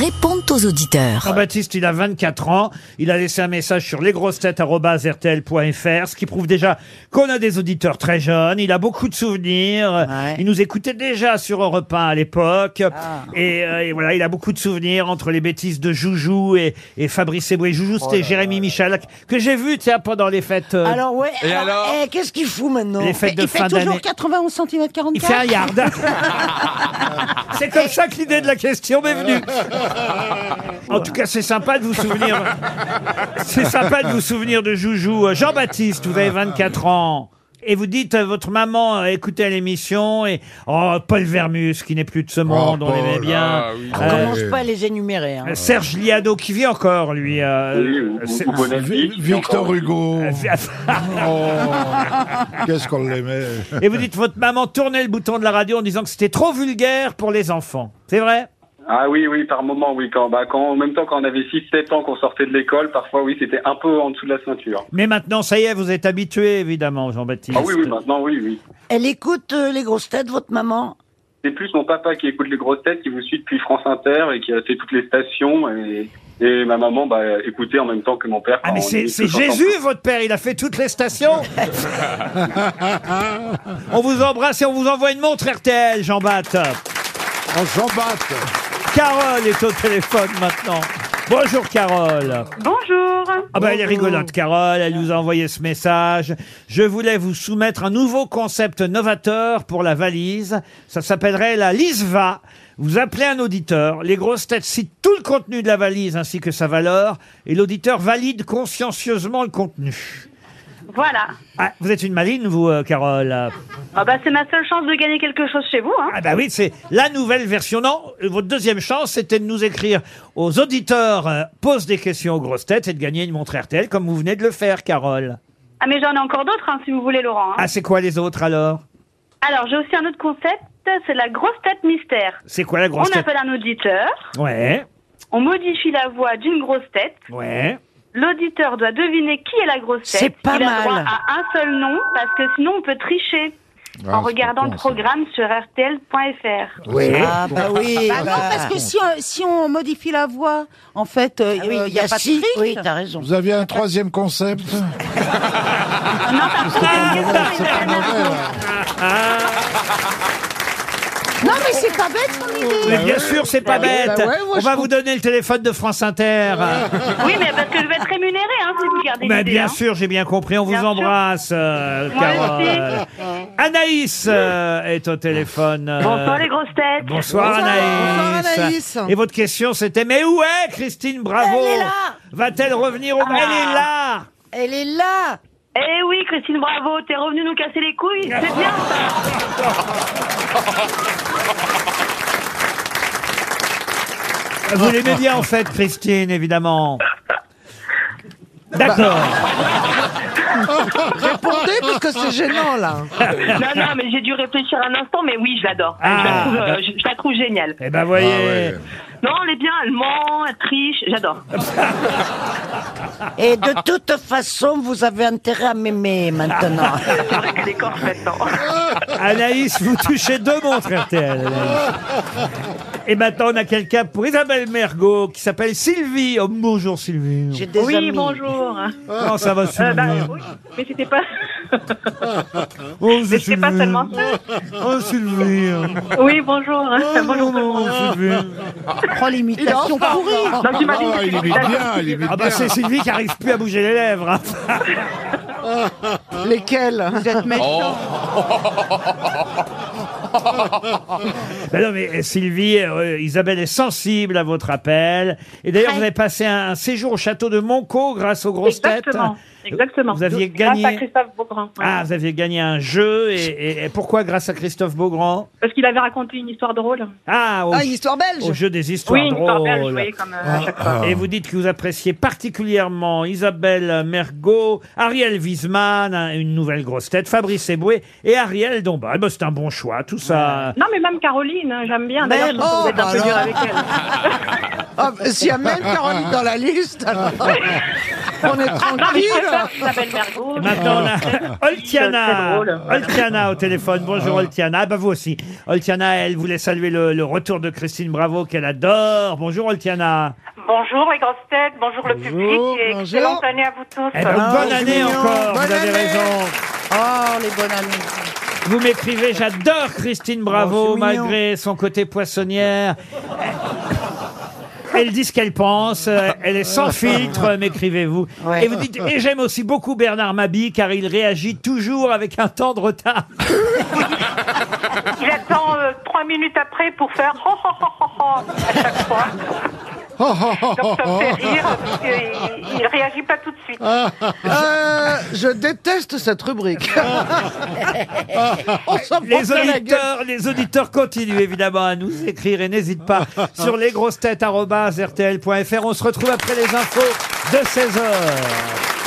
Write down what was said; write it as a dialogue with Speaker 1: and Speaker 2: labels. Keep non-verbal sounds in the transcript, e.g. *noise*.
Speaker 1: répondent aux auditeurs.
Speaker 2: Jean-Baptiste, il a 24 ans. Il a laissé un message sur lesgrossetêtes.rtl.fr, ce qui prouve déjà qu'on a des auditeurs très jeunes. Il a beaucoup de souvenirs. Il nous écoutait déjà sur Europe 1 à l'époque. Et, euh, et voilà, il a beaucoup de souvenirs entre les bêtises de Joujou et, et Fabrice Eboué. Joujou, c'était Jérémy Michel, que j'ai vu tiens, pendant les fêtes. euh,
Speaker 3: Alors ouais,
Speaker 4: Et
Speaker 3: alors,
Speaker 4: alors
Speaker 3: eh, qu'est-ce qu'il fout maintenant Eh,
Speaker 2: les fêtes de
Speaker 5: Il
Speaker 2: fin
Speaker 5: fait toujours
Speaker 2: d'année.
Speaker 5: 91 cm 44.
Speaker 2: Il fait un yard. *laughs* c'est comme ça que l'idée de la question m'est venue. En tout cas, c'est sympa de vous souvenir. C'est sympa de vous souvenir de Joujou. Euh, Jean-Baptiste, vous avez 24 ans. Et vous dites à votre maman, euh, écoutez l'émission, et oh, Paul Vermus, qui n'est plus de ce monde, on
Speaker 4: Oh, Paul,
Speaker 2: l'aimait bien.
Speaker 4: ah oui.
Speaker 3: On
Speaker 2: Euh,
Speaker 3: commence pas à les énumérer. hein.
Speaker 2: Serge Liado, qui vit encore, lui. euh,
Speaker 6: Oui, ou- ou-
Speaker 2: c'est-
Speaker 6: ou Bonaldi, qui
Speaker 4: Victor
Speaker 6: encore-
Speaker 4: Hugo.
Speaker 7: Qu'est-ce qu'on l'aimait
Speaker 2: et vous dites, votre maman tournait le bouton de la radio en disant que c'était trop vulgaire pour les enfants. C'est vrai
Speaker 6: Ah oui, oui, par moment, oui. Quand, bah, quand, en même temps, quand on avait 6-7 ans, qu'on sortait de l'école, parfois, oui, c'était un peu en dessous de la ceinture.
Speaker 2: Mais maintenant, ça y est, vous êtes habitué, évidemment, Jean-Baptiste.
Speaker 6: Ah oui, oui, maintenant, oui, oui.
Speaker 3: Elle écoute euh, les grosses têtes, votre maman
Speaker 6: C'est plus mon papa qui écoute les grosses têtes, qui vous suit depuis France Inter et qui a fait toutes les stations. Et, et ma maman, bah, écoutait en même temps que mon père.
Speaker 2: Ah, mais
Speaker 6: quand on
Speaker 2: c'est
Speaker 6: était
Speaker 2: c'est
Speaker 6: tous ensemble.
Speaker 2: Jésus, votre père, il a fait toutes les
Speaker 6: *laughs*
Speaker 2: stations. on vous embrasse et on vous envoie une montre RTL, Jean-Bapt.
Speaker 7: On s'en batte
Speaker 2: Carole est au téléphone maintenant. Bonjour Carole.
Speaker 8: Bonjour.
Speaker 2: Ah bah elle est
Speaker 3: Bonjour.
Speaker 2: rigolote Carole, elle nous a envoyé ce message. Je voulais vous soumettre un nouveau concept novateur pour la valise. Ça s'appellerait la Lisva. Vous appelez un auditeur, les grosses têtes citent tout le contenu de la valise ainsi que sa valeur et l'auditeur valide consciencieusement le contenu.
Speaker 8: Voilà.
Speaker 2: Ah, vous êtes une maline vous euh, Carole. Ah
Speaker 8: Ah bah c'est ma seule chance de gagner quelque chose chez vous. Hein.
Speaker 2: bah oui, c'est la nouvelle version. Non, euh, votre deuxième chance c'était de nous écrire aux auditeurs euh, pose des questions aux grosses têtes et de gagner une montre RTL comme vous venez de le faire Carole.
Speaker 8: Ah mais j'en ai encore d'autres hein, si vous voulez Laurent. hein.
Speaker 2: Ah c'est quoi les autres alors Ah.
Speaker 8: Alors j'ai aussi un autre concept, c'est la grosse tête mystère.
Speaker 2: C'est quoi la
Speaker 8: On
Speaker 2: grosse tête
Speaker 8: appelle un auditeur,
Speaker 2: Ouais,
Speaker 8: on modifie la voix d'une grosse tête.
Speaker 2: ouais.
Speaker 8: L'auditeur doit deviner qui est la grosse tête.
Speaker 3: C'est pas
Speaker 8: Il
Speaker 3: mal.
Speaker 8: a droit à un seul nom parce que sinon on peut tricher en regardant le programme sur rtl.fr.
Speaker 2: Oui.
Speaker 3: Ah bah oui.
Speaker 5: Ah non,
Speaker 3: bah.
Speaker 5: parce que si on, si on modifie la voix, en fait, euh,
Speaker 3: Ah
Speaker 5: il
Speaker 3: oui,
Speaker 5: n'y a, pas de
Speaker 3: si-
Speaker 5: triche.
Speaker 3: Oui, t'as raison.
Speaker 7: Vous aviez un
Speaker 5: *laughs*
Speaker 7: troisième concept
Speaker 8: Non, parce que c'est une question internationale.
Speaker 5: Non, mais c'est pas bête son idée.
Speaker 2: Mais bien sûr, c'est pas
Speaker 5: Bah ouais,
Speaker 2: bête.
Speaker 5: bah ouais, moi,
Speaker 2: On
Speaker 5: je Ah,
Speaker 2: va vous donner le téléphone de France Inter.
Speaker 8: Oui, mais parce que je vais être rémunéré hein, si vous gardez
Speaker 2: Mais
Speaker 8: l'idée.
Speaker 2: Bah, bien
Speaker 8: hein.
Speaker 2: sûr, j'ai bien compris. On vous
Speaker 8: Bien sûr.
Speaker 2: embrasse, euh,
Speaker 8: Moi
Speaker 2: Carole.
Speaker 8: aussi.
Speaker 2: Anaïs euh, est au téléphone. euh,
Speaker 8: Bonsoir les grosses têtes.
Speaker 2: Bonsoir,
Speaker 5: Bonsoir,
Speaker 2: Anaïs.
Speaker 5: bonsoir, Anaïs.
Speaker 2: Et votre question c'était mais où est Christine Bravo
Speaker 3: Elle est là.
Speaker 2: Va-t-elle revenir au
Speaker 8: Ah.
Speaker 2: Elle est là.
Speaker 3: Elle est là
Speaker 8: Eh oui, Christine Bravo, t'es revenue nous casser les couilles,
Speaker 2: Ah.
Speaker 8: c'est bien ça
Speaker 2: Vous l'aimez bien en fait, Christine, évidemment.
Speaker 5: Bah.
Speaker 2: D'accord.
Speaker 3: Répondez parce que c'est gênant là.
Speaker 8: *laughs* Non, non, mais j'ai dû réfléchir un instant, mais oui, je l'adore.
Speaker 2: Ah.
Speaker 8: je, la trouve, euh, je- je la trouve géniale.
Speaker 2: Eh ben voyez.
Speaker 8: Non, elle est bien, elle ment, elle triche, j'adore.
Speaker 3: Et de toute façon, vous avez intérêt à m'aimer maintenant.
Speaker 8: C'est vrai qu'elle est corse maintenant.
Speaker 2: Anaïs, vous touchez deux montres RTL. Anaïs. Et maintenant, on a quelqu'un pour Isabelle Mergot qui s'appelle Sylvie. Oh, bonjour Sylvie.
Speaker 3: J'ai des
Speaker 8: oui,
Speaker 3: amis.
Speaker 8: bonjour.
Speaker 2: Comment ça va Sylvie
Speaker 8: Euh, bah, oui, mais c'était pas...
Speaker 2: Oh,
Speaker 8: mais c'est pas
Speaker 2: Sylvie.
Speaker 8: seulement ça.
Speaker 2: Oh Sylvie.
Speaker 8: Oui, bonjour.
Speaker 2: Oh,
Speaker 8: *laughs* bonjour tout le monde.
Speaker 2: Sylvie.
Speaker 5: Prends l'imitation pourrie.
Speaker 8: Donc j'imagine
Speaker 7: Ah,
Speaker 8: que
Speaker 7: il
Speaker 8: c'est
Speaker 7: imite bien, il imite
Speaker 2: Ah bah c'est Sylvie qui arrive plus à bouger les lèvres. *laughs* hein.
Speaker 5: Lesquelles Vous êtes méchant.
Speaker 2: Ben non mais euh, Sylvie, euh, Isabelle est sensible à votre appel. Et d'ailleurs vous avez passé un, un séjour au château de Monco grâce aux grosses
Speaker 8: Exactement,
Speaker 2: têtes.
Speaker 8: exactement.
Speaker 2: Vous aviez
Speaker 8: Grâce
Speaker 2: gagné.
Speaker 8: à Christophe Beaugrand. ouais.
Speaker 2: Ah vous aviez gagné un jeu et, et- et pourquoi grâce à Christophe Beaugrand
Speaker 8: Parce qu'il avait raconté une histoire drôle.
Speaker 2: Ah,
Speaker 4: Oh.
Speaker 2: au,
Speaker 5: Ah, une histoire
Speaker 2: au
Speaker 5: belge.
Speaker 2: jeu des histoires
Speaker 8: Oui, une histoire belge, vous
Speaker 2: drôles.
Speaker 8: voyez, comme euh,
Speaker 2: Ah.
Speaker 8: à chaque fois.
Speaker 2: Et vous dites que vous appréciez particulièrement Isabelle Mergot, Ariel Wiesman, hein, une nouvelle grosse tête, Fabrice Eboué et Ariel Dombal. Eh ben, c'est un bon choix, tout ça.
Speaker 8: Non, mais même Caroline, hein, j'aime bien. D'ailleurs, je
Speaker 5: Même.
Speaker 8: trouve que vous
Speaker 5: Oh,
Speaker 8: êtes un peu
Speaker 5: bah
Speaker 8: dur
Speaker 5: alors.
Speaker 8: avec elle.
Speaker 5: Ah, bah, S'il y a même Caroline dans la liste, alors.
Speaker 3: On est
Speaker 9: Ah non, mais je préfère
Speaker 3: tranquille.
Speaker 9: Isabelle Mergo.
Speaker 2: Et maintenant, on
Speaker 8: *laughs*
Speaker 2: a
Speaker 9: C'est
Speaker 2: Oltiana.
Speaker 9: drôle.
Speaker 2: Oltiana au téléphone. Bonjour, Oltiana. Ah, bah, vous aussi. Oltiana, elle voulait saluer le, le retour de Christine Bravo, qu'elle adore. Bonjour, Oltiana.
Speaker 9: Bonjour les grosses têtes, bonjour, le
Speaker 3: Bonjour,
Speaker 9: public et
Speaker 3: bonjour. Ah,
Speaker 9: excellente année à vous tous.
Speaker 2: Eh ben, bonne année
Speaker 3: mignon.
Speaker 2: encore. vous
Speaker 3: Bonne
Speaker 2: avez
Speaker 3: année.
Speaker 2: raison.
Speaker 10: Oh, les bonnes années.
Speaker 2: Vous m'écrivez, j'adore Christine Bravo,
Speaker 10: Oh, c'est mignon.
Speaker 2: malgré son côté poissonnière. Elle dit ce qu'elle pense, euh, elle est sans
Speaker 10: *laughs*
Speaker 2: filtre, m'écrivez-vous.
Speaker 10: Ouais.
Speaker 2: Et vous dites, et j'aime aussi beaucoup Bernard Mabi, car il réagit toujours avec un temps
Speaker 10: *laughs*
Speaker 2: de retard.
Speaker 9: Il attend euh, trois minutes après pour faire ho ho ho ho ho à chaque fois. Donc ça me fait rire parce qu'il ne réagit pas tout de suite.
Speaker 3: Euh, je déteste
Speaker 2: *laughs*
Speaker 3: cette rubrique. On s'en prend
Speaker 2: Les
Speaker 3: plein la gueule.
Speaker 2: auditeurs, les auditeurs continuent évidemment à nous écrire et
Speaker 10: *laughs*
Speaker 2: n'hésitent pas sur lesgrossetêtes.rtl.fr. On se retrouve après les infos de 16h.